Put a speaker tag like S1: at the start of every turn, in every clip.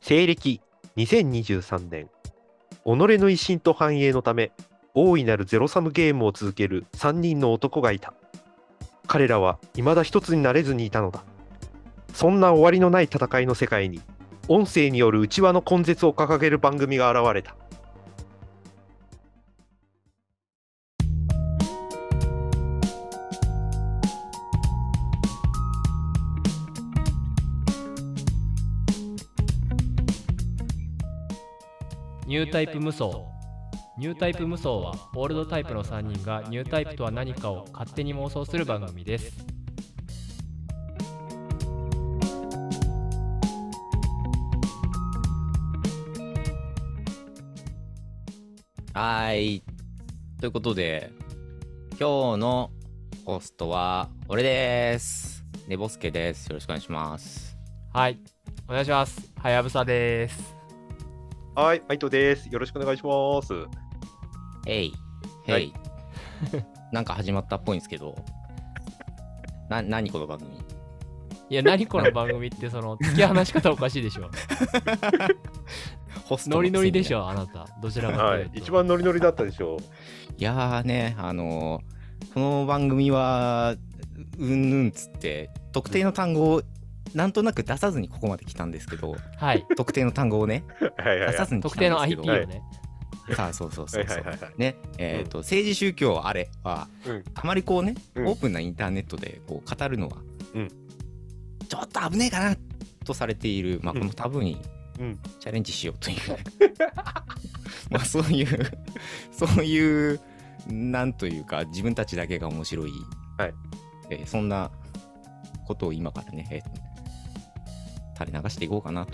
S1: 西暦2023年己の威信と繁栄のため大いなるゼロサムゲームを続ける3人の男がいた彼らは未だ一つになれずにいたのだそんな終わりのない戦いの世界に音声による内輪の根絶を掲げる番組が現れた
S2: ニュータイプ無双ニュータイプ無双はオールドタイプの3人がニュータイプとは何かを勝手に妄想する番組です
S3: はーい。ということで、今日のホストは俺です。ねぼすけです。よろしくお願いします。
S2: はいお願いしますはやぶさです
S1: はい、マイトです。よろしくお願いします。
S3: えい。
S1: は
S3: へ
S1: い
S3: い。 なんか始まったっぽいんですけど。な、何この番組
S2: いや何この番組ってその突き放し方おかしいで しょ
S3: ホストの
S2: ノリノリでし
S3: ょ。
S2: ょあなたどちらかと
S1: は
S2: いう
S1: い
S2: と、、
S1: 一番ノリノリだったでしょ
S3: いやーね、あのーこの番組は、うんぬんっつって、特定の単語をなんとなく出さずにここまで来たんですけど、
S2: はい
S3: 特定の単語をね、
S1: う。 はいは
S3: 出
S1: い
S3: さ
S1: はい。
S3: ずに来
S2: 特
S3: たん
S2: 定
S3: で
S2: の
S3: すけ
S2: IP
S3: ど
S2: を。
S1: はい
S2: ね
S3: さあ、そうそうそ
S1: は
S3: う
S1: い
S3: そ
S1: は
S3: う。
S1: いはいはい。
S3: ね、えっ、と、政治宗教あれは、
S1: うん
S3: あまりこうね、
S1: うん
S3: オープンなインターネットでこう語るのは、
S1: うん
S3: ちょっと危ねえかなとされている、まあ、
S1: うん
S3: このタブーに
S1: うん
S3: チャレンジしようという、 まあそう いう、そういう、なんというか、自分たちだけが面白い、
S1: はい
S3: えーそんなことを今からね、えー垂れ流していこうかなと。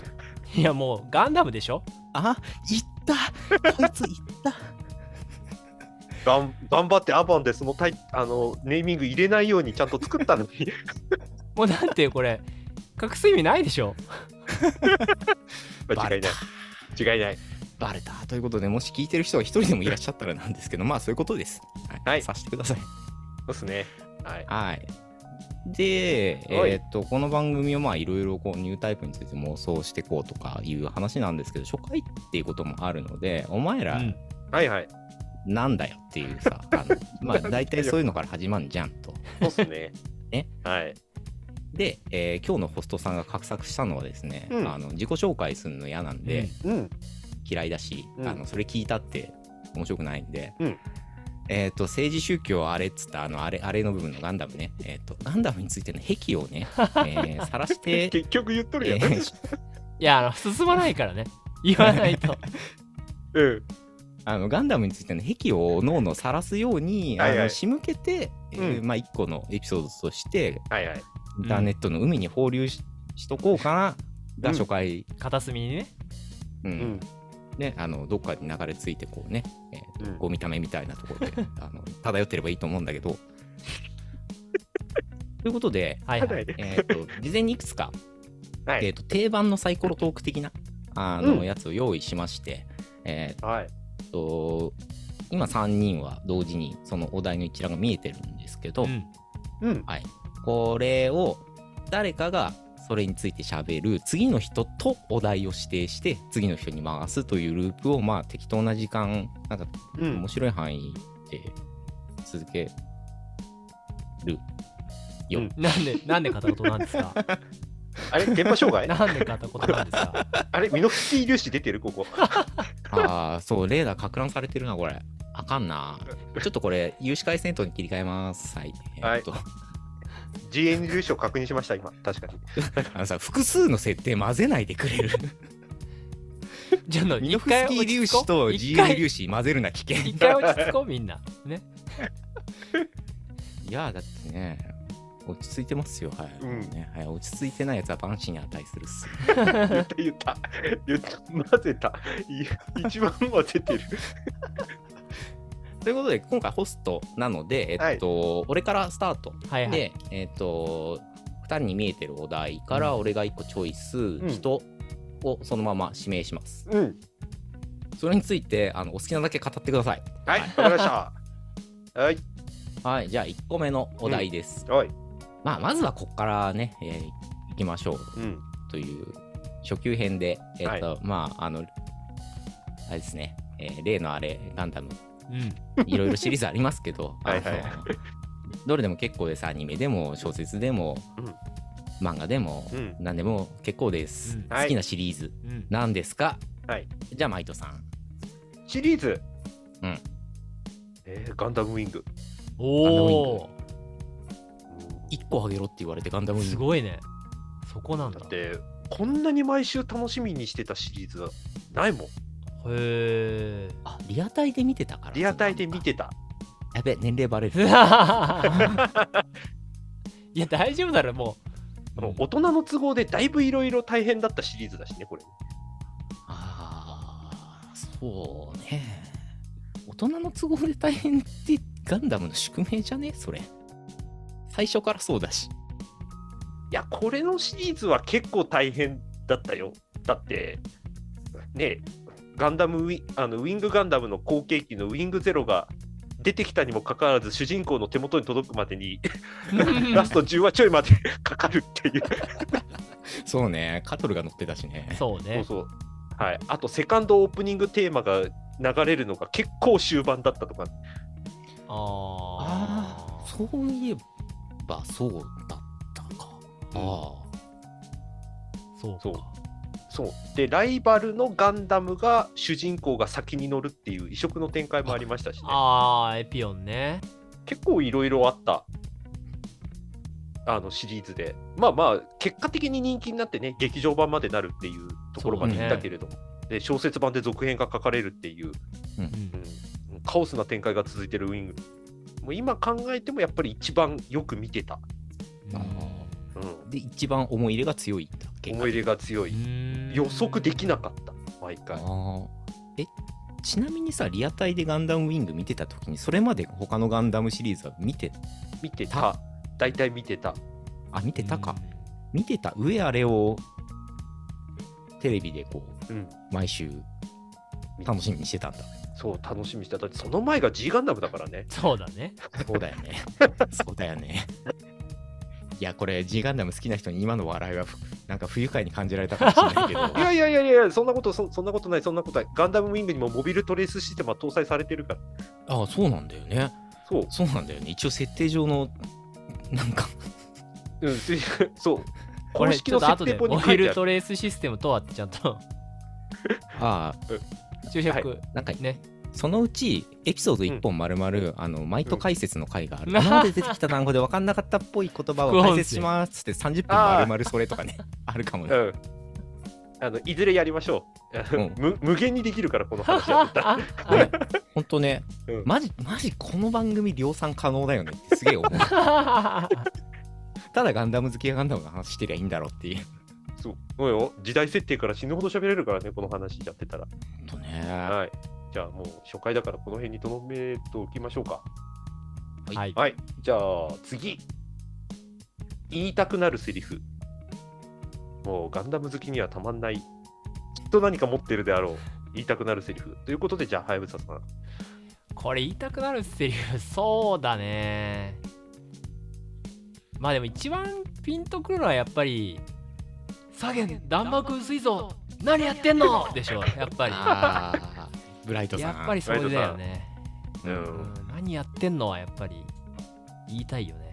S2: いやもうガンダムでしょ
S3: あいったこいついった
S1: がん頑張ってアバンでそのタイあのネーミング入れないようにちゃんと作ったのに。
S2: もうだってこれ隠す意味ないでしょ
S1: 間違いない。違いない。
S3: バレたということでもし聞いてる人が一人でもいらっしゃったらなんですけ どまあそういうことです
S1: はい
S3: さしてください
S1: そうですね。はい。
S3: はいで、
S1: はい
S3: えーっとこの番組をまあいろいろこうニュータイプについて妄想してこうとかいう話なんですけど初回っていうこともあるのでお前ら
S2: うん
S1: はいはい。
S3: なんだよってい うさ、あのまあ大体そういうのから始まるじゃんと
S1: そうです ね。
S3: ね
S1: はい。
S3: で、えー今日のホストさんが画策したのはですね、
S1: うん
S3: あの自己紹介するの嫌なんで、
S2: うん
S1: うん。
S3: 嫌いだし、
S1: うん
S3: あのそれ聞いたって面白くないんで、
S1: うん
S3: えっ、と政治宗教あれっつったあのあれあれの部分のガンダムね、えっとガンダムについての癖を ね、えー、晒して、
S1: 結局言っとるや
S3: え
S1: ん。
S3: ー
S2: いやあの進まないからね言わないと
S1: うん。
S3: あのガンダムについての癖を脳の晒すように、
S1: はいはい
S3: あの仕向けて、えー
S1: う
S3: まあ一個のエピソードとして
S1: はいはい。
S3: インターネットの海に放流し,、とこうかなが初回、
S2: 片隅にね
S3: うん
S1: うん。
S3: ね、あのどっかに流れ着いてこうね、えー
S1: うん
S3: ゴミためみたいなとこ ろであの漂ってればいいと思うんだけど。ということで、
S2: はい
S1: は
S2: はい
S1: い。
S3: えー、と事前にいくつか、
S1: はい
S3: えー、と定番のサイコロトーク的なあの、
S1: うん
S3: やつを用意しまして、え
S1: はい。
S3: ー、と今3人は同時にそのお題の一覧が見えてるんですけど、
S2: うん
S1: うん。
S3: はい、これを誰かがそれについてしゃべる次の人とお題を指定して次の人に回すというループをまあ適当な時間なんか
S1: うん
S3: 面。白い範囲で続けるよ、
S1: うん
S2: なんで、なんで片言なんですか
S1: あれ現場障 害
S2: なんで片言なんですか
S1: あれミノフスキー粒子出てるこ こ。
S3: ああそうレーダーか乱されてるなこれあかんなちょっとこれ有志会戦闘に切り替えますはい、
S1: はい
S3: えっと
S1: GN 粒子を確認しました今。確かに。
S3: あのさ複数の設定混ぜないでくれる
S2: ちょっと
S3: ミ
S2: 一
S3: ノフス
S2: 回
S3: キ
S2: 落ち
S3: ー粒
S2: 着こ
S3: 子と
S2: う
S3: GA
S2: 一回
S3: 粒子混ぜるな危険
S2: 一回落ち着こうみんなね
S3: いやーだってね落ち着いてますよはい、
S1: うん
S3: ねはい、落ち着いてないやつは万死に値するっす
S1: 言った言った。言った。混ぜた。い一番混ぜてる。
S3: ということで今回ホストなのでえっと、俺からスタート
S2: はいはい
S3: でえっと2人に見えてるお題から俺が1個チョイス、
S1: ん
S3: 人をそのまま指名します
S1: うん。
S3: それについてあのお好きなだけ語ってください
S1: はい。わかりました。 はい。
S3: はいじゃあ1個目のお題です、
S1: はい。
S3: まあまずはこっからね、えーいきましょう
S1: うん。
S3: という初級編で、えっ、と、まあ、あの、あれですね、えー例のあれ、ガンダム、
S2: うん。
S3: いろいろシリーズありますけ ど、
S1: はいはい
S3: あのどれでも結構です。アニメでも、小説でも、漫画でも、
S1: うん
S3: 何でも結構です。
S2: うん
S1: はい
S3: 好きなシリーズ、
S2: うん。
S3: 何ですか
S1: はい
S3: じゃあ、マイトさん。
S1: シリーズ
S3: うん
S1: えーガンダムウィング
S2: おお。
S3: 1個あげろって言われて、ガンダムウィン
S2: す
S3: グ
S2: ごいね。そこなんだ。
S1: だっ
S2: へ
S1: てこんなに毎週楽しみにしてたシリーズはないもん
S2: え。
S3: あ、リアタイで見てたから。
S1: リアタイで見てた
S3: やべ、年齢バレる。
S2: いや、大丈夫だろ、も
S1: あの大人の都合でだいぶいろいろ大変だったシリーズだしねこれ
S3: ああ、そうね。大人の都合で大変ってガンダムの宿命じゃねそれ。最初からそうだし。
S1: いやこれのシリーズは結構大変だったよだってねガンダムウィあのウィングガンダムの後継機のウィングゼロが出てきたにもかかわらず主人公の手元に届くまでにラスト10話ちょいまで かかるっていう
S3: そうね。カトルが乗ってたしね。
S2: そう
S1: そ
S2: ね
S1: う。そう。はい。あと、セカンドオープニングテーマが流れるのが結構終盤だったとか、
S2: ああ。
S3: そういえばそうだったか。あ
S2: そう
S1: そう
S2: か。
S1: そう。で、ライバルのガンダムが主人公が先に乗るっていう異色の展開もありましたしね。
S2: ああ、エピオンね。
S1: 結構いろいろあった。あのシリーズでまあまあ結果的に人気になってね劇場版までなるっていうところまで
S3: そう
S1: 来
S3: だね
S1: たけれども、で小説版で続編が書かれるっていう
S2: うん
S1: うんカオスな展開が続いてるウィング。もう今考えてもやっぱり一番よく見てた。
S3: あ。
S1: うん
S3: で、一番思い入れが強いんだっけ。
S1: 思い入れが強
S2: う
S1: い。
S2: ん
S1: 予測できなかった、毎
S3: あ
S1: 回。
S3: ーえちなみにさ、リアタイでガンダムウィング見てた時に、それまで他のガンダムシリーズは見て、
S1: 見てた、大体見てた。
S3: あ、見てたか。見てた上あれをテレビでこう
S1: うん、
S3: 毎週楽しみにしてたんだ
S1: そう、楽しみにしてた。だってその前が G ガンダムだからね。
S2: そうだね。
S3: そうだよ ねそうだよねいやこれ G ガンダム好きな人に今の笑いはふなんか不愉快に感じられたかもしれ ないけど
S1: いやいやいやいや、そんなこと、そそんなことない、そんなことない。ガンダムウィングにもモビルトレースシステムは搭載されてるから。
S3: ああそうなんだよね
S1: そう、
S3: そうなんだよね一応設定上のなんか
S1: うん、 ついそう。
S2: こ
S1: 公
S2: れ
S1: 式
S2: ちょ
S1: の
S2: っと
S1: 設
S2: 後で
S1: 定本
S2: モ
S1: に書
S2: ビ
S1: いて
S2: ル
S1: あ
S2: ト
S1: る。
S2: レースシステムとはってちゃんと
S3: ああ
S2: 注釈
S3: なんか
S2: ね。
S3: そのうちエピソード1本まるまるあのマイト解説の回がある、
S2: うん
S3: 今まで出てきた単語で分かんなかったっぽい言葉を解説しますって30分まるまるそれとかねあるかもね
S1: うん。あのいずれやりましょう、
S3: うん
S1: 無無限にできるからこの 話は絶対
S3: ごめんほんとね、
S1: うん
S3: マジ、マジこの番組量産可能だよねってすげ え思う。ただガンダム好きがガンダムの話してりゃいいんだろうっていう。
S1: そうそうよ時代設定から死ぬほど喋れるからねこの話やってたら
S3: ほんとね。
S1: はいじゃあもう初回だからこの辺にとどめておきましょうか
S2: はい。
S1: はい、じゃあ次。言いたくなるセリフ。もうガンダム好きにはたまんない。きっと何か持ってるであろう。言いたくなるセリフ。ということで、じゃあ、ハヤブサさん。
S2: これ言いたくなるセリフ、そうだね。まあでも一番ピンとくるのはやっぱり、左舷、弾幕薄いぞ、何やってんのでしょ、やっぱり。
S3: ああ、ブライトさん。
S2: やっぱりそれだよね。
S3: う。
S1: うんん
S2: うん何やってんのはやっぱり言いたいよね。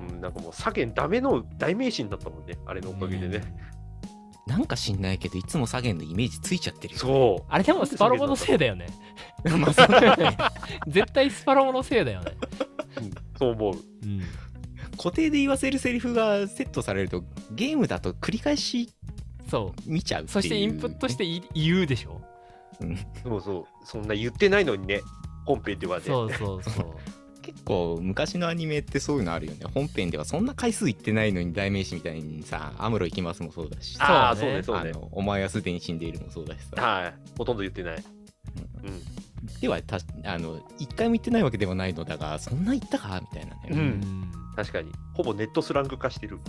S1: うん、なんかもう、左舷ダメの代名詞になったもんね。あれのおかげでね。
S3: なんか知んないけど、いつも左舷のイメージついちゃってるよ。
S1: そう。
S2: あれでもスパロボのせいだ よね。
S3: まあそうだね
S2: 絶対スパロボのせいだよね。
S1: うんそう思う。
S2: うん、
S3: 固定で言わせるセリフがセットされると、ゲームだと繰り返し
S2: そ
S3: 見ちゃう
S2: う。
S3: っていう。
S2: そしてインプットし。てい言うでしょ。
S3: うん
S1: そうそう。そんな言ってないのにね。本編ではね。
S2: そうそうそう。
S3: 結構昔のアニメってそういうのあるよね本編ではそんな回数いってないのに代名詞みたいにさ「アムロ行きます」もそうだし
S1: ああ、
S2: そ
S1: そうう
S2: ね
S1: ね、そうね
S3: あ。のお前はすでに死んでいるもそうだしさ
S1: はい。ほとんど言ってない。うん。
S3: ではたあの一回も言ってないわけではないのだがそんな言ったかみたいな
S1: う
S3: ね、
S1: ん確かに。ほぼネットスラング化してる。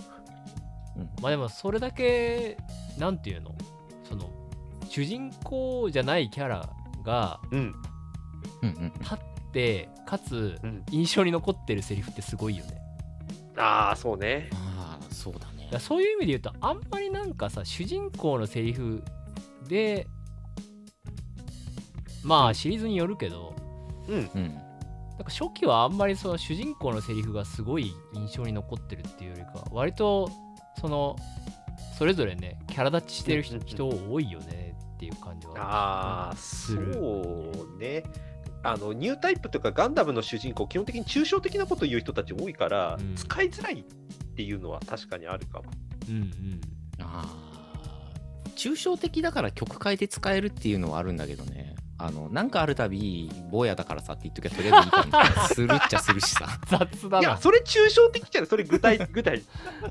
S2: まあでもそれだけ、なんていうのその、主人公じゃないキャラが
S1: うん。
S3: うんうん
S2: 立って、かつ
S1: うん、
S2: 印象に残ってるセリフってすごいよね。
S1: ああ、そうね。
S3: ああそうだね
S2: だからそういう意味で言うとあんまりなんかさ主人公のセリフでまあシリーズによるけど
S3: うん。
S2: なんか初期はあんまりその主人公のセリフがすごい印象に残ってるっていうよりか割とそのそれぞれねキャラ立ちしてる
S1: うんうんうん
S2: 人多いよねっていう感じは
S1: ああ、
S2: す
S1: そ
S2: る
S1: うね。あのニュータイプとかガンダムの主人公基本的に抽象的なことを言う人たち多いから、
S2: うん
S1: 使いづらいっていうのは確かにあるかも。
S2: うんうん
S3: ああ。抽象的だから曲変えて使えるっていうのはあるんだけどね。あの、なんかあるたび、坊やだからさって言っときゃとりあえずいい感じ。するっちゃするしさ。
S2: 雑だ
S1: いや
S2: な
S1: それ抽象的じゃないそれ具体具体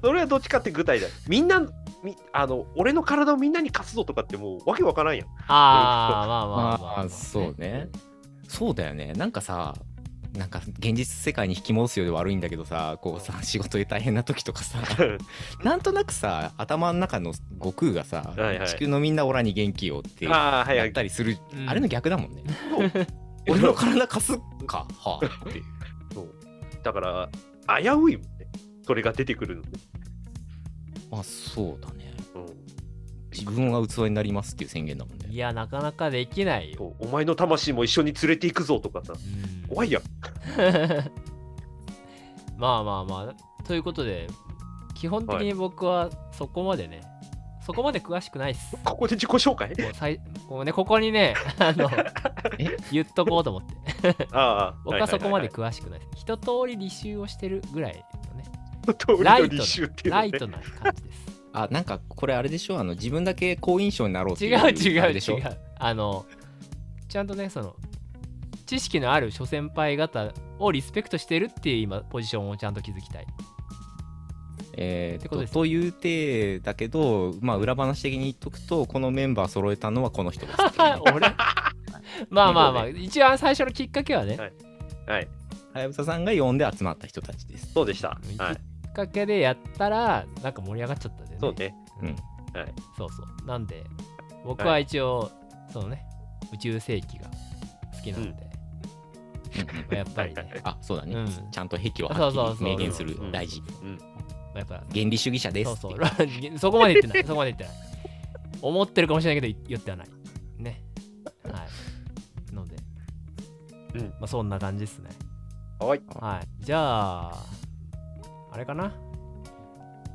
S1: それはどっちかって具体だみんなみあの俺の体をみんなに貸すぞとかってもうわけわからんやん
S2: あーまあまあまあまあ、
S3: まあ、そうね。そうだよね。なんかさ、なんか現実世界に引き戻すようで悪いんだけどさ、こうさ、仕事で大変な時とかさ、 なんとなくさ、頭の中の悟空がさ、
S1: はいはい
S3: 地球のみんなオラに元気をってや
S1: ああはいは
S3: っ
S1: い
S3: たりする、
S2: うん
S3: あれの逆だもんね。
S1: そう
S3: 俺の体貸すか、はあ、っていう。
S1: そうだから危ういもんねそれが出てくるのね、
S3: まあ、そうだね。
S1: うん
S3: 自分は器になりますっていう宣言だもん
S2: い
S3: ね。
S2: やなかなかできないよ、
S1: そうお前の魂も一緒に連れていくぞとかさ
S2: うん
S1: 怖いやん
S2: まあまあまあということで基本的に僕はそこまでね、そこまで詳しくないっ す
S1: ここで自己紹介
S2: もうさいもうねここにね あの
S3: え
S2: 言っとこうと思って
S1: ああ
S2: 僕はそこまで
S1: い
S2: 詳しくないです、一通り履修をしてるぐらいのね
S1: はいはい
S2: ラ
S1: はい
S2: イト
S1: 通りの履修っていうの
S2: ライ
S1: ね
S2: トな感じです
S3: あ、なんかこれあれでしょあの自分だけ好印象になろうって
S2: 違
S3: いう
S2: う違
S3: あ
S2: う
S3: れでしょ
S2: 違うあのちゃんとねその知識のある諸先輩方をリスペクトしてるっていう今ポジションをちゃんと築きたい
S3: えー
S2: ってことですね
S3: とという体だけど、まあ、裏話的に言っとくとこのメンバー揃えたのはこの人 ですっていう
S2: 俺まあまあまあ一番最初のきっかけはね、
S1: はいはい
S3: はやぶささんが呼んで集まった人た ちです。
S1: そうでした
S2: きっ
S1: はい
S2: かけでやったらなんか盛り上がっちゃったんだよね
S1: そうね
S3: うん
S1: はい
S2: そうそうなんで僕は一応、そのね宇宙世紀が好きなんで、まあやっぱりね、
S3: あそうだね、
S2: うん
S3: ちゃんと癖を
S2: そうそ
S3: は
S2: う
S3: っ
S2: そ
S3: き
S2: う
S3: り明言する
S1: うん
S3: 大事
S1: うん
S2: まあやっぱ
S3: 原理主義者です
S2: そう
S3: って
S2: そう そこまで言ってないそこまで言ってない思ってるかもしれないけど言ってはないねはいので、
S1: うん
S2: まあそんな感じですね
S1: はい
S2: はいじゃああれかな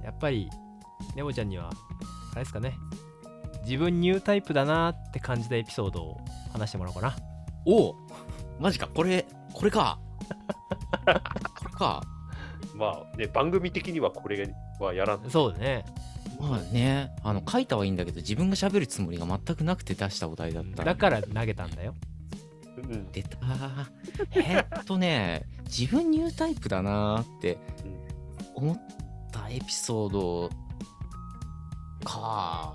S2: やっぱりねぼちゃんにはあれですかね自分ニュータイプだなーって感じたエピソードを話してもらおうかな
S3: おおマジかこれこ れかこれか
S1: まあね番組的にはこれはやらん
S2: そうだね
S3: まあねあの書いたはいいんだけど自分が喋るつもりが全くなくて出したお題だった
S2: だから投げたんだよ
S1: うん
S3: 出た えーっとね自分ニュータイプだなーって思ったエピソードか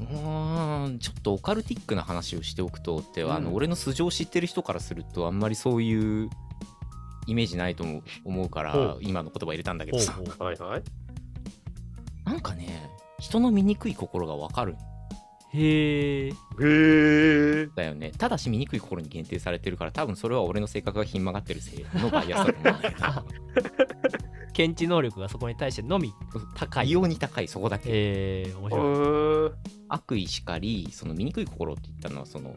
S3: うーんちょっとオカルティックな話をしておくとって、あ
S1: う
S3: の
S1: ん
S3: 俺の素性を知ってる人からするとあんまりそういうイメージないと思う思うか
S1: ほ
S3: ら今の言葉入れたんだけどさ
S2: ほう
S1: はいはい
S3: なんかね人の醜い心がわかるん
S2: へえ
S1: へえ
S3: だよねただし醜い心に限定されてるから多分それは俺の性格がひん曲がってるせいのバイアスだと思うんだけど
S2: 検知能力がそこに対してのみ高
S3: 異
S2: い
S3: 様に高いそこだけ
S2: えー、面
S1: う
S2: 白い。
S1: ーん
S3: 悪意しかりその醜い心って言ったのはその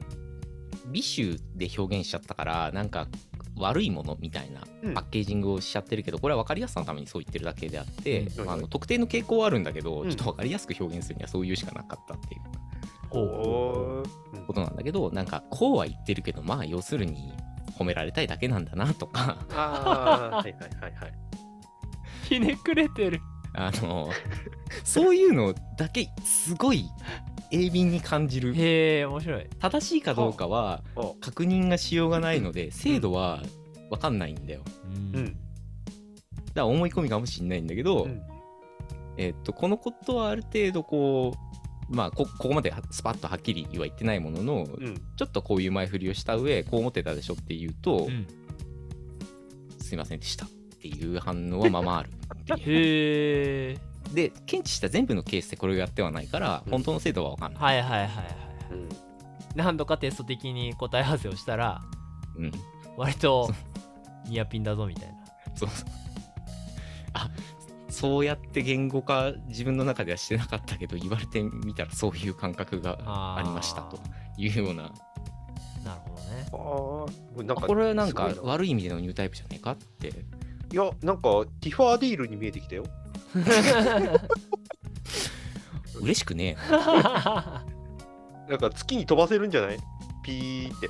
S3: 美醜で表現しちゃったからなんか悪いものみたいな
S1: うん
S3: パッケージングをしちゃってるけど、これは分かりやすさのためにそう言ってるだけであって、
S2: うん
S1: はいはい
S3: あの特定の傾向はあるんだけど、
S1: うん
S3: ちょっと分かりやすく表現するにはそういうしかなかったっていう
S2: ほ
S1: おー
S3: ことなんだけどなんかこうは言ってるけどまあ要するに褒められたいだけなんだなとか
S1: ああ、はいはいはい はい。
S2: ひねくれてる。
S3: あのそういうのだけすごい鋭敏に感じる
S2: へえ、面白い。
S3: 正しいかどうかは
S1: お
S3: 確認がしようがないので精度は分かんないんだよだか
S1: うん。
S3: ら思い込みかもしんないんだけど、
S1: うん
S3: えっとこのことはある程度こうまあこここまではスパッとはっきりは言ってないものの、
S1: うん。
S3: ちょっとこういう前振りをした上こう思ってたでしょって言うと、
S2: うん
S3: すいませんでしたっていう反応はまあまああるっていう
S2: へえ。
S3: で検知した全部のケースでこれをやってはないから
S1: うん
S3: 本当の精度は分かんない、
S2: はいはいはいはい。何度かテスト的に答え合わせをしたら、
S3: うん、
S2: 割とニアピンだぞみたいな。
S3: そうそうあそうやって言語化自分の中ではしてなかったけど言われてみたらそういう感覚がありましたというような
S2: なるほ
S1: あ
S2: どね
S1: ーなん
S3: あ
S1: か
S3: これはなんか
S1: すごい
S3: 悪い意味でのニュータイプじゃねえかって
S1: いやなんかティファーディールに見えてきたよ
S3: 嬉しくね
S1: なんか月に飛ばせるんじゃないピーって
S3: え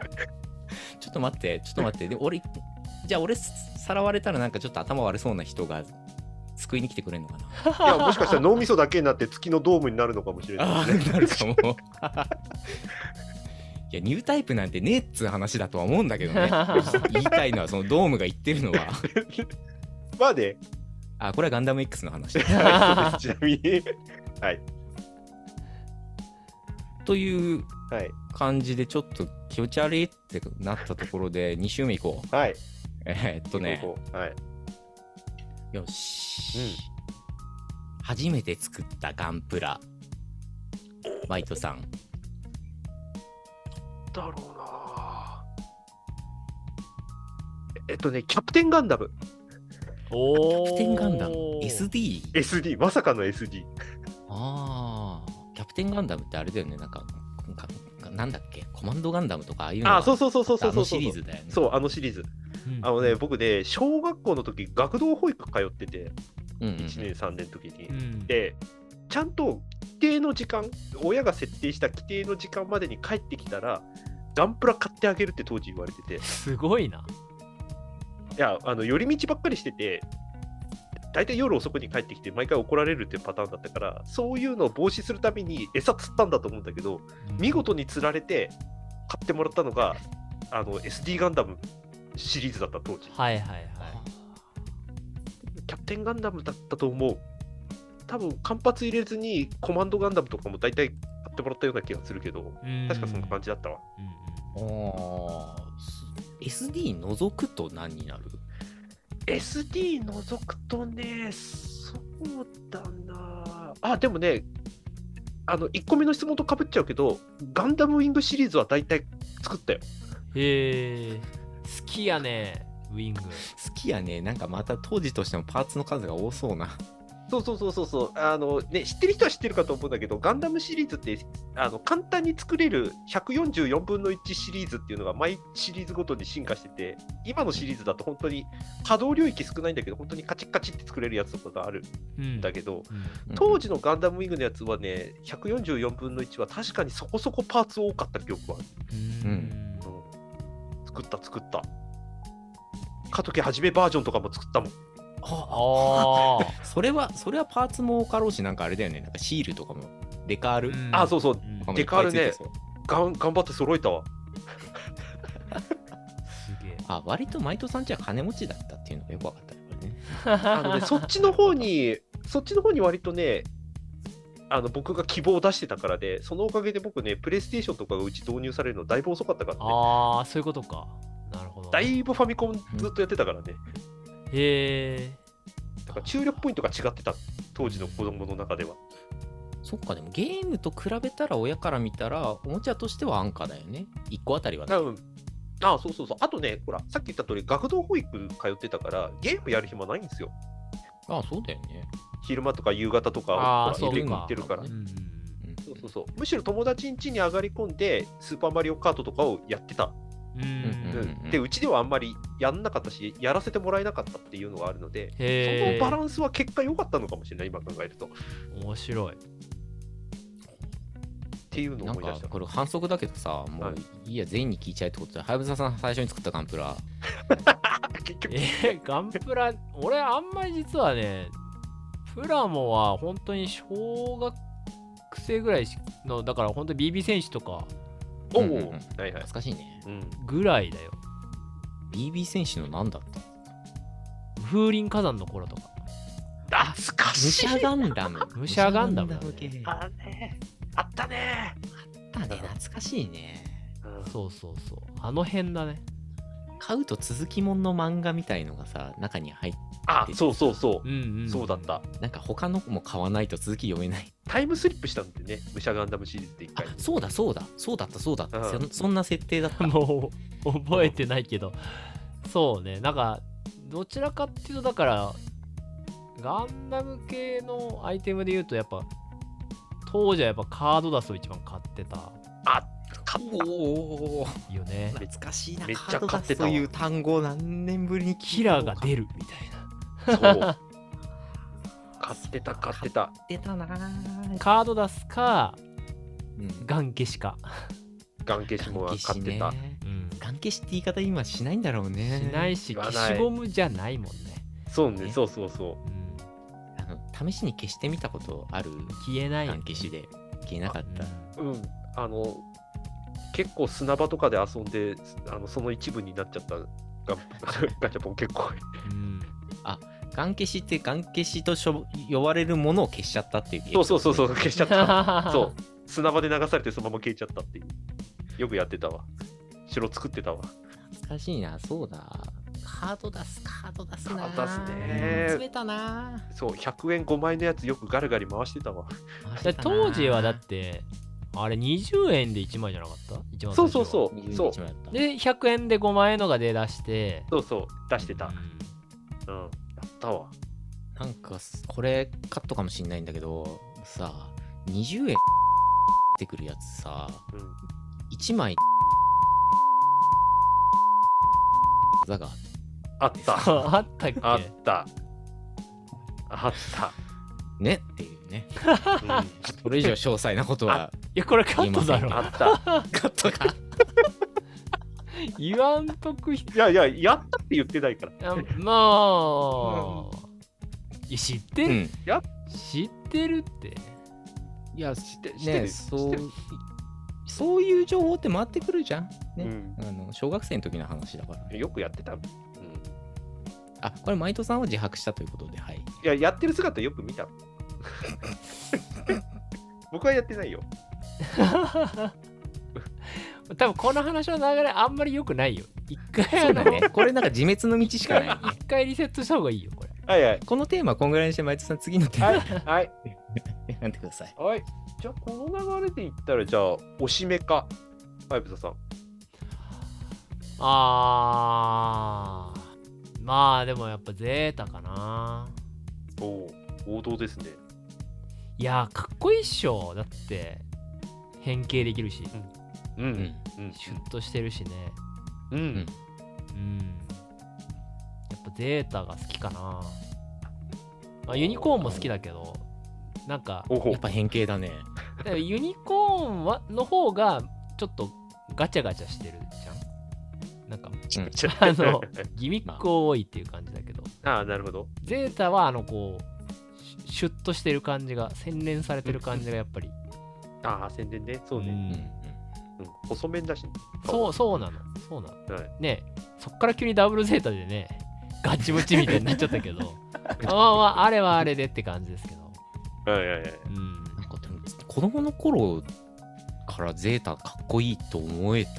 S3: ちょっと待ってちょっと待ってで俺じゃあ俺さらわれたらなんかちょっと頭悪そうな人が救いに来てくれるのか な
S1: や
S3: い
S1: もしかしたら脳みそだけになって月のドームになるのかもしれな
S3: あ
S1: いですね
S3: ーなるかもいやニュータイプなんてねえっつう話だとは思うんだけど ね言いたいのはそのドームが言ってるのは
S1: まあね
S3: あこれはガンダム X の話
S1: はい そうですちなみにはい
S3: という
S1: はい
S3: 感じでちょっと気持ち悪いってなったとこ ろで2週目行こう
S1: はい
S3: えーっとね
S1: ここはい
S3: よし、初めて作ったガンプラバイトさん
S1: だろうなえっとねキャプテンガンダム
S2: お
S3: キ
S2: ー
S3: ャプテンガンダム SD
S1: SD まさかの SD
S3: ああキャプテンガンダムってあれだよねなんかかかなんだっけコマンドガンダムとかああいうのが
S1: あそうそうそうそうそう
S3: あ
S1: そう
S3: の
S1: そ
S3: シ
S1: う
S3: リーズだよね
S1: そうあのシリーズ
S2: うん
S1: あのね僕ね小学校の時学童保育通ってて
S3: うんうんうん
S1: 1年3年の時に、
S2: うん
S1: でちゃんと規定の時間親が設定した規定の時間までに帰ってきたらガンプラ買ってあげるって当時言われててい
S2: すごいな
S1: やあの寄り道ばっかりしてて大体夜遅くに帰ってきて毎回怒られるっていうパターンだったからそういうのを防止するために餌釣ったんだと思うんだけど見事に釣られて買ってもらったのがあの SD ガンダムシリーズだった当時
S2: はいはいはい
S1: キャプテンガンダムだったと思う。多分、間髪入れずにコマンドガンダムとかも大体買ってもらったような気がするけど、確かそんな感
S2: じ、
S1: じだったわ。
S2: うん
S3: あーす SD 除くと何になる
S1: SD 除くとね、そうだな。あ、でもね、あの1個目の質問とかぶっちゃうけど、ガンダムウィングシリーズは大体作ったよ。
S2: へえ好きやねウィング
S3: 好きやねなんかまた当時としてもパーツの数が多そうな
S1: そうそうそうそうそうあの、ね、知ってる人は知ってるかと思うんだけど、ガンダムシリーズってあの簡単に作れる144分の1シリーズっていうのが毎シリーズごとに進化してて、今のシリーズだと本当に可動領域少ないんだけど、本当にカチッカチッって作れるやつとかがある
S2: うん
S1: んだけど、
S2: うん
S1: 当時のガンダムウィングのやつはね、144分の1は確かにそこそこパーツ多かった記憶はあ
S2: うん
S3: うん
S1: る。うん作った作った。カトケはじめバージョンとかも作ったもん。
S3: あ
S2: ああ
S3: あそれはそれはパーツも多かろうしなんかあれだよねなんかシールとかもデカール、
S2: うん
S1: あ、そうそう、
S2: うん
S3: とかも
S1: デカールね
S3: いっぱいついてそう
S1: がん頑張って揃えたわ。
S2: すげえ
S3: あ割とマイトさんちは金持ちだったっていうのがよくわかったねこれね
S1: あ のね、そっちの方に、そっちの方に割とね、あの僕が希望を出してたからで、そのおかげで僕ね、プレイステーションとかがうち導入されるのだいぶ遅かったからね。
S2: ああそういうことかなるほど
S1: だいぶファミコンずっとやってたからね。
S2: へえ
S1: だから注力ポイントが違ってた、当時の子供の中では。
S3: そっかでもゲームと比べたら親から見たらおもちゃとしては安価だよね1個あたりはね
S1: 多分ああ、そうそうそう。あとね、ほら、さっき言った通り、学童保育通ってたから、ゲームやる暇ないんですよ。
S3: ああそうだよね
S1: 昼間とか夕方と
S2: あ
S1: か
S2: あ、
S1: ほら
S2: そう
S1: 家で
S2: か
S1: 行ってるから
S2: う。ん
S1: そうそうそうむしろ友達ん家に上がり込んで、スーパーマリオカートとかをやってた
S2: うんうん
S3: うんうん
S1: でうちではあんまりやんなかったしやらせてもらえなかったっていうのがあるので、
S2: へえ
S1: そのバランスは結果良かったのかもしれない今考えるとっ
S2: 面白い
S1: ていうのを
S3: なん
S1: 思い出
S3: か
S1: した
S3: これ反則だけどさも
S1: は
S3: ういいや全員に聞いちゃえってことではやぶささん最初に作ったガンプラ
S1: 結局
S2: えガンプラ俺あんまり実はねプラモは本当に小学生ぐらいのだから本当に BB 選手とか
S1: おお、
S3: うんうんう
S1: はい
S3: ん
S1: はい
S3: 懐、かしいね
S1: うん、
S2: ぐらいだよ
S3: BB 戦士の何だった
S2: 風林火山の頃とか
S1: 懐か
S3: 武者ガン ダム
S2: 武者ガンダムだね
S3: 武者系あっ
S1: あねあったね、
S3: たね懐かしいね
S1: うん
S2: そうそうそうあの辺だね
S3: 買うと続きもんの漫画みたいのがさ中に入って
S1: あそうそうそう
S2: う、んうん
S1: そうだった
S3: なんか他のも買わないと続き読めない
S1: タイムスリップしたんでね武者ガンダムシリーズで一
S3: あ
S1: 回
S3: そうだそうだそうだったそうだった、
S1: うん
S3: そんそんな設定だった
S2: もう覚えてないけどそうねなんかどちらかっていうとだからガンダム系のアイテムで言うと、やっぱ、当時はやっぱカードダスを一番買ってた
S1: 買った
S3: おお
S2: よね。
S3: 懐かしいな
S1: めっちゃ買ってた
S3: カードが
S1: わ
S3: そういう単語何年ぶりに聞
S2: キ
S3: いた
S2: ラ
S3: の
S2: ー
S3: か
S2: が出るみたい
S1: そ
S2: な。
S1: う。買ってた、買ってた。
S3: 出たなー
S2: カードダスか、
S3: うん
S2: ガン消しか。
S1: ガン消しもは買って
S3: ガ
S1: た
S3: ン。消しね
S2: うん
S3: ガン消しって言い方今しないんだろうね
S2: しないし、
S1: 言わ
S2: 消
S1: ない
S2: しゴムじゃないもんね。
S1: そうね、
S3: ね
S1: そうそうそ
S2: うん
S3: あの試しに消してみたことある
S2: 消えないよ
S3: ガ
S2: ね
S3: ン消しで消えなかった
S1: う。うん。あの、結構砂場とかで遊んで、あのその一部になっちゃったガ ガチャポン結構。
S2: うん
S3: ガン消しってガン消しとしょ呼ばれるものを消しちゃったっていう
S1: そうそうそうそう、消しちゃった。
S2: そ
S1: そう。砂場で流されてそのまま消えちゃったっていう。よくやってたわ。城作ってたわ。
S3: 懐かしいなそうだカード出すカード出すな
S1: カード出す
S2: ね
S3: 詰めたな
S1: そう、100円5枚のやつよくガリガリ回してたわ。
S2: 当時はだって、あれ20円で1枚じゃなかった一番
S1: そ
S2: 最
S1: う
S2: 初
S1: そう
S2: は
S1: そう。そう。
S3: で
S2: で、100円で5万円のが出だして、
S1: そうそう。出してた
S2: う
S1: うん。
S2: ん。
S1: やったわ。
S3: なんかすこれカットかもしんないんだけどさ20円ってくるやつさ
S1: うん。
S3: 1枚ザが
S1: あった。
S2: あったっけ
S1: あった。あった。
S3: ねっていうね
S1: うんあ
S3: これ以上詳細なことは
S2: いや、これカットだろ。
S1: った。
S3: カットか
S2: 言わんとくひ
S1: いやいや、やったって言ってないから。
S2: あまあ、いや知って
S3: う
S2: る、
S3: ん
S2: 知ってるって。
S3: いや、し
S1: って して
S3: ね
S1: るし
S3: そ
S1: て
S3: う
S1: る、
S3: そういう情報って回ってくるじゃん。
S1: う
S3: ね、
S1: ん
S3: あの小学生の時の話だから。
S1: よくやってた。うんい
S3: あ、これ、マイトさんは自白したということで、はい。
S1: や、やってる姿よく見 た。僕はやってないよ。
S2: 多分この話の流れあんまり良くないよ。一回
S3: そう
S2: あ
S3: だ
S2: の、
S3: ね。これなんか自滅の道しかな いね。
S2: 一回リセットした方がいいよ、これ。
S1: はいはい。
S3: このテーマ、こんぐらいにして、マイトさん、次のテーマ、
S1: はいはい。
S3: 選んでください。
S1: はい。じゃあ、この流れで言ったら、じゃあ、おしめか。ファイブザさん。
S2: あー、まあでもやっぱゼータかな。
S1: おお、王道ですね。
S2: いやー、かっこいいっしょ。だって、変形できるし、
S1: う。
S3: うんん。
S1: うん。
S2: シュッとしてるしね。
S1: うん。
S2: うん。やっぱゼータが好きかな。まあ、ユニコーンも好きだけど、なんか、
S1: おほ
S3: やっ。ぱ変形だね。
S2: だからユニコーンはの方がちょっとガチャガチャしてるじゃん。なんか
S3: うん
S1: ちょ
S2: あの ギミック多いっていう感じだけど、
S1: ああ、なるほど。
S2: ゼータはあのこうシュシュッとしてる感じが洗練されてる感じがやっぱり、
S1: ああ、宣伝ね。そう
S2: う
S1: ね。
S3: うんん。
S1: うん細麺だしね。
S2: そうそうなのそうなの、
S1: は
S2: ねそっから急にダブルゼータでねガチムチみたいになっちゃったけ どあまあまああれはあれでって感じですけど、
S1: はいはいはい。
S2: うん、
S3: なんか、でも、子供の頃からゼータかっこいいと思えた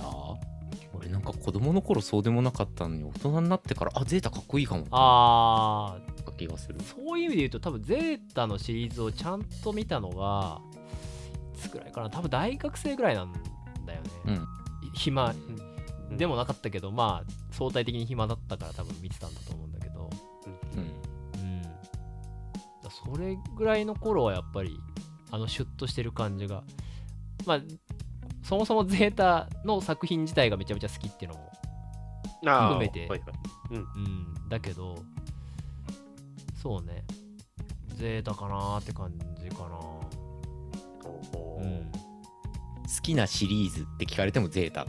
S3: 俺なんか子供の頃そうでもなかったのに大人になってからあゼータかっこいいかもって思
S2: ああ
S3: った気がする
S2: そういう意味で言うと多分ゼータのシリーズをちゃんと見たのがいつくらいかな多分大学生ぐらいなんだよね、
S3: うん
S2: い暇
S1: うん
S2: でもなかったけどまあ相対的に暇だったから多分見てたんだと思うんだけど
S3: うん
S2: うんだそれぐらいの頃はやっぱりあのシュッとしてる感じがまあそもそもゼータの作品自体がめちゃめちゃ好きっていうのも
S1: ああ
S2: 含めて
S1: はいはい
S2: うん、だけど、そうね、ゼータかなーって感じかな。
S1: おお
S2: うん、
S3: 好きなシリーズって聞かれてもゼータ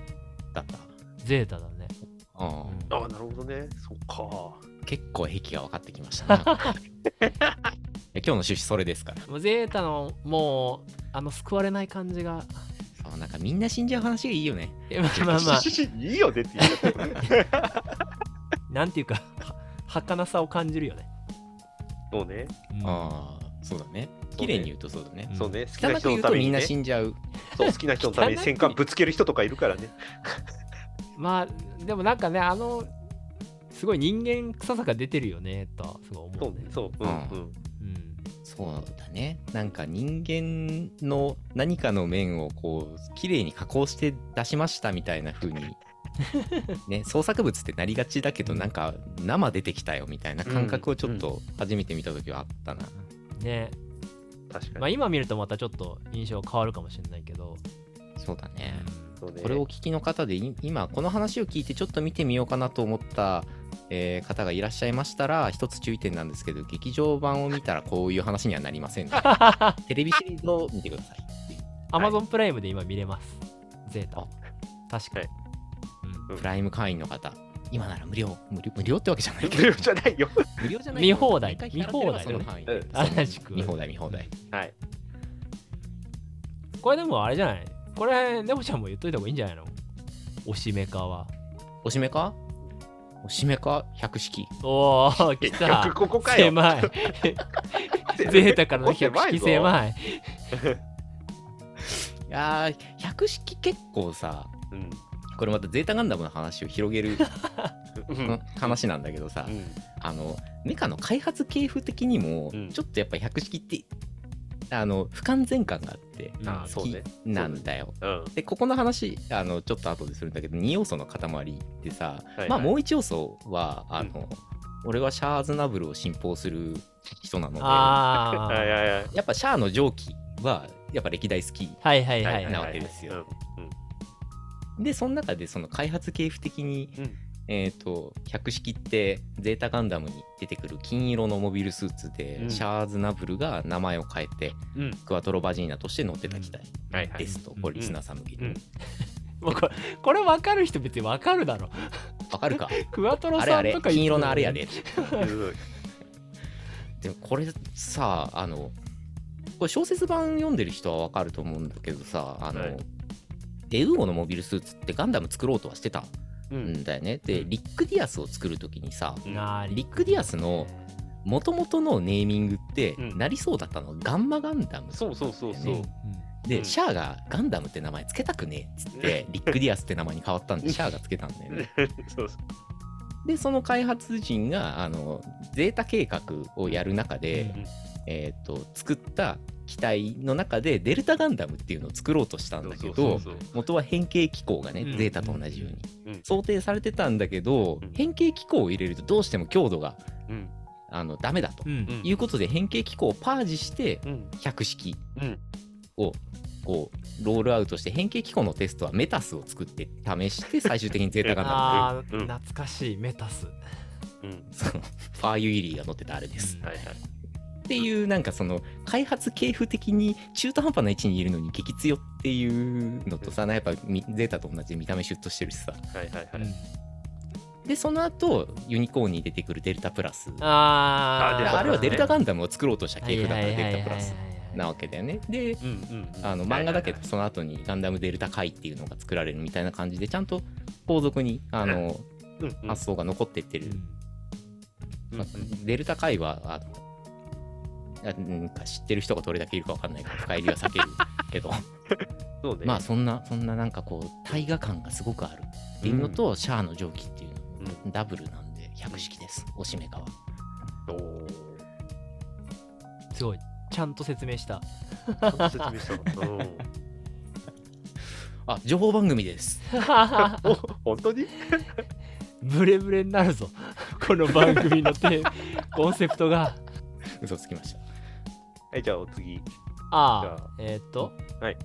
S3: だった。
S2: ゼータだね。
S3: あ
S2: うん
S1: ああ、なるほどね。そっか。
S3: あ結構癖が分かってきましたな。いや今日の趣旨それですから。
S2: もうゼータのもう、あの、救われない感じが、
S3: そうなんかみんな死んじゃう話がいいよね。
S2: えまあまあ まあ、
S1: いいよねって言っちゃった
S2: なんていうか、は儚さを感じるよね。
S1: そうね。
S2: うん
S3: ああ、そうだね。綺麗に言うとそうだね。
S1: そうね。好き
S3: 汚
S1: な
S3: く
S1: 人
S3: 言
S1: の
S3: う
S1: た
S3: と
S1: め
S3: み
S1: に、
S3: んな
S1: ね。
S3: 死んじゃう。
S1: そう、好きな人のために戦艦ぶつける人とかいるからね。
S2: まあ、でもなんかね、あの、すごい人間臭さが出てるよね、とはすごい
S1: そ
S2: 思
S1: う
S2: うね
S1: ね。。そう。うんうん。
S2: うん
S3: そうだね。なんか人間の何かの面をこう、綺麗に加工して出しましたみたいな風にね、創作物ってなりがちだけど、なんか生出てきたよみたいな感覚をちょっと初めて見た時はあったな。
S2: ね
S1: 確か
S2: まあ
S1: に。
S2: 今見るとまたちょっと印象変わるかもしれないけど、
S3: そうだね。
S1: そうね
S3: これをお聞きの方でい今この話を聞いてちょっと見てみようかなと思った、えー方がいらっしゃいましたら一つ注意点なんですけど劇場版を見たらこういう話にはなり ませんのでテレビシリーズを見てください。
S2: Amazon プライムで今見れます。ゼータ。確かに。
S1: うん
S3: プライム会員の方今なら無料無料無料ってわけじゃないけ
S1: 無
S3: ど
S1: 料 じゃないよ。
S3: 無料じゃ
S2: 見放題
S3: 毎回払ってればその範囲で
S1: 見放
S2: 題
S3: そう
S2: 正しく
S3: 見放題見放題
S1: はい。
S2: これでもあれじゃないこれ、ネモちゃんも言っといた方がいいんじゃないのおしめかは。
S3: おしめかおしめか百式
S2: おー、来
S1: 結局
S2: た。
S1: ここかよ。
S2: 狭 い。ゼータからの百式
S1: い。
S2: 狭い。
S3: いやー百式結構さ
S1: うん
S3: これまたゼータガンダムの話を広 げる
S1: うんうん
S3: 話なんだけどさ、あのメカの開発系譜的にも、
S1: うん
S3: ちょっとやっぱ百式ってあの不完全感があって
S1: あ
S2: うん
S1: そうね
S3: きなんだよ。
S1: うん。
S3: でここの話あのちょっと後でするんだけど2要素の塊ってさ、
S1: はい
S3: まあ
S1: はい
S3: もう1要素はあの、俺はシャアーズナブルを信奉する人なのでや
S2: あ
S1: はい
S2: ー。
S1: はいはい。
S3: っぱシャアの上記はやっぱ歴代好き
S2: はいはいはい
S3: な
S2: は
S3: わ
S2: い。
S3: けですよ
S1: うん。
S3: でその中でその開発系譜的に、
S1: うん
S3: えっ、と百式ってゼータガンダムに出てくる金色のモビルスーツで、
S1: うん
S3: シャアーズナブルが名前を変えて
S1: うん
S3: クアトロバジーナとして乗ってた機体
S1: はいはい
S3: で。すと、これリスナーさん向けに、
S1: うん
S2: もうこれ、これ分かる人別に分かるだろ。
S3: わか るか
S2: クワトロ
S3: あれあ
S2: さん
S3: れ
S2: とか
S3: 金色のあれやで
S1: うん
S3: でもこれさあのこれ小説版読んでる人はわかると思うんだけどさあの、
S1: はい
S3: エウオのモビルスーツってガンダム作ろうとはしてた
S1: うん
S3: だよね、でリック・ディアスを作る時にさ
S1: うん
S2: なあ
S3: リック・ディアスの元々のネーミングって
S1: うん
S3: なりそうだったのがガンマガンダム
S1: そうそうそうそう
S2: うん
S3: で、
S1: うん
S3: シャアがガンダムって名前つけたくねえっつ ってリック・ディアスって名前に変わったんでシャアがつけたんだよね
S1: んそうそう。
S3: でその開発陣があのゼータ計画をやる中で、
S2: うん
S3: えー、と作った機体の中でデルタガンダムっていうのを作ろうとしたんだけ
S1: そ
S3: ど
S1: うそうそう
S3: 元は変形機構がね、
S2: うん
S3: ゼータと同じように、
S1: うん
S3: 想定されてたんだけど、
S1: うん
S3: 変形機構を入れるとどうしても強度が
S1: うん
S3: あのダメだと、
S2: うんうん
S3: いうことで変形機構をパージして
S1: うん
S3: 百式
S1: うん
S3: をこうロールアウトして変形機構のテストはメタスを作って 試して最終的にゼータガンダム
S2: あー、
S1: うん
S2: 懐かしいメタス。
S1: うん
S3: そのファーユイリーが乗ってたあれです、
S1: はいはい。
S3: っていうなんかその開発系譜的に中途半端な位置にいるのに激強っていうのとさやっぱみゼータと同じで見た目シュッとしてるしさ
S1: はいはいは
S2: うん
S1: い。
S3: でその後ユニコーンに出てくるデルタプラスあ
S2: あ
S1: あ
S2: ー
S1: デルタプラス
S3: あれはデルタガンダムを作ろうとした系譜だからデルタプラス
S2: はいはいはいはい
S3: なわけだよねで
S1: うんうんうん
S3: あの漫画だけど
S1: はい
S3: その後にガンダムデルタ界っていうのが作られるみたいな感じでちゃんと後続にあの
S1: はいはいうんうん
S3: 発想が残ってってる
S1: うん
S3: まあデルタ界はあのあなんか知ってる人がどれだけいるかわかんないから深入りは 避けるけど
S1: そうね。
S3: まあそんなそんななんかこう大河感がすごくあるっていうのと、シャアの蒸気っていうのダブルなんで百式ですおしめかは
S1: おー
S2: すごい。ちゃんと説明 した。
S1: ちゃんと説明したわうん
S3: あ情報番組です
S1: お 本当に
S2: ブレブレになるぞ。 この番組のテーコンセプトが。
S3: 嘘つきました
S1: はい、じゃあお次。じゃ
S2: あ
S1: あ
S2: あ、えーっと。
S1: はい。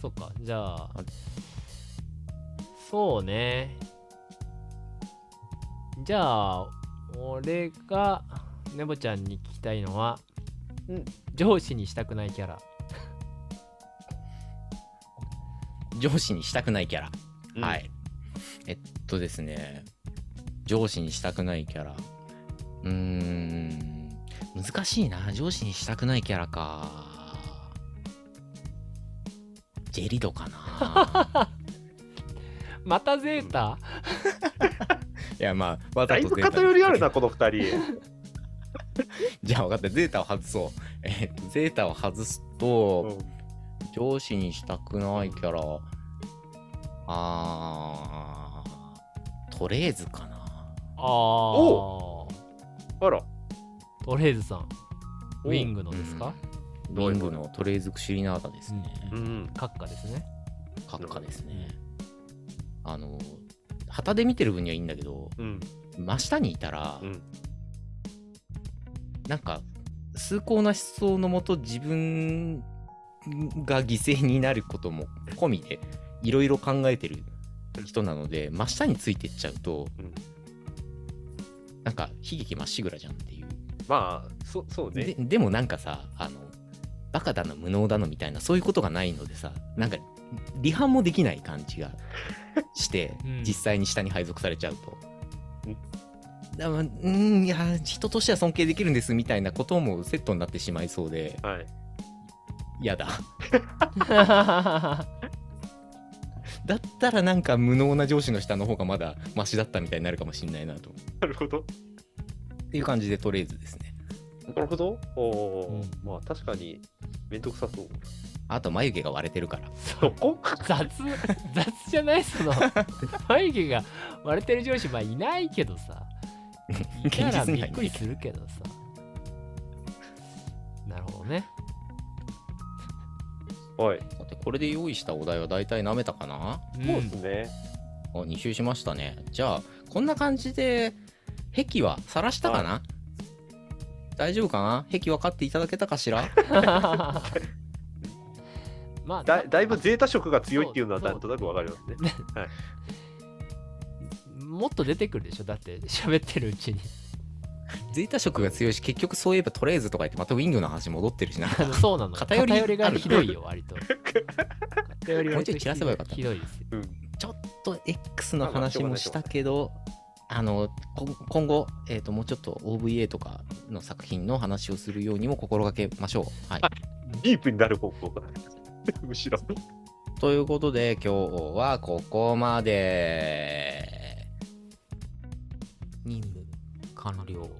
S2: そっか、じゃあ
S3: あれ。
S2: そうね。じゃあ、俺が、ねぼちゃんに聞きたいのは、
S1: うん
S2: 上司にしたくないキャラ。
S3: 上司にしたくないキャラ、
S1: うん
S3: は。いえっとですね上司にしたくないキャラうーん難しいな上司にしたくないキャラかジェリドかな
S2: またゼータ、
S3: いやまあわ
S1: だい
S3: と
S1: ぶ
S3: ゼータ
S1: 偏りあるな、この二人。
S3: じゃあ分かったゼータを外そうえっとゼータを外すと、上司にしたくないキャラ、あートレーズかな
S2: ああ。
S1: あら。
S2: トレーズさん、
S1: お
S2: ウィングのですか、
S3: うんウィングのトレーズクシュリナータですね、
S1: うん。
S2: 閣下ですね。
S3: 閣下ですね。ああの旗で見てる分にはいいんだけど
S1: うん
S3: 真下にいたら、
S1: うん
S3: なんか崇高な思想のもと自分が犠牲になることも込みでいろいろ考えてる人なので真下についてっちゃうと、
S1: うん
S3: なんか悲劇まっしぐらじゃんっていう。
S1: まあそそう
S3: で
S1: ね
S3: でもなんかさあのバカだの無能だのみたいなそういうことがないのでさなんか離反もできない感じが して、
S2: うん
S3: 実際に下に配属されちゃうと
S1: うん。
S3: だからうんいや人としては尊敬できるんですみたいなこともセットになってしまいそうで
S1: はい
S3: 嫌だ だったらなんか無能な上司の下の方がまだマシだったみたいになるかもしれないなと
S1: なるほど
S3: っていう感じでとりあえずですね
S1: なるほどおおー、
S2: うん
S1: まあ確かに面倒くさそう
S3: あと眉毛が割れてるから
S1: そこ
S2: 雑雑じゃないその眉毛が割れてる上司まあいないけどさいたら
S3: 現実
S2: び
S3: にはいない
S2: っくりするけどさなるほどね
S1: はい
S3: さてこれで用意したお題は大体舐めたかな
S1: そうですね、
S3: あ2周しましたねじゃあこんな感じで壁は晒したかな大丈夫かな壁分かっていただけたかし ら
S2: まあ
S1: だだいぶゼータ色が強いっていうのはなんとなくわかりますね
S2: もっと出てくるでしょだって喋ってるうちに
S3: ゼータ色が強いし結局そういえばトレーズとか言ってまたウィングの話戻ってる しな
S2: あのそうなの
S3: 偏り
S2: がひどいよ 割と偏り
S3: もうちょい散らせばよかった
S2: ひどいですよ
S3: ちょっと X の話もしたけどあのこ今後、えー、ともうちょっと OVA とかの作品の話をするようにも心がけましょう。はい、
S1: ディープになる方向が むしろ
S3: ということで今日はここまで任務完了。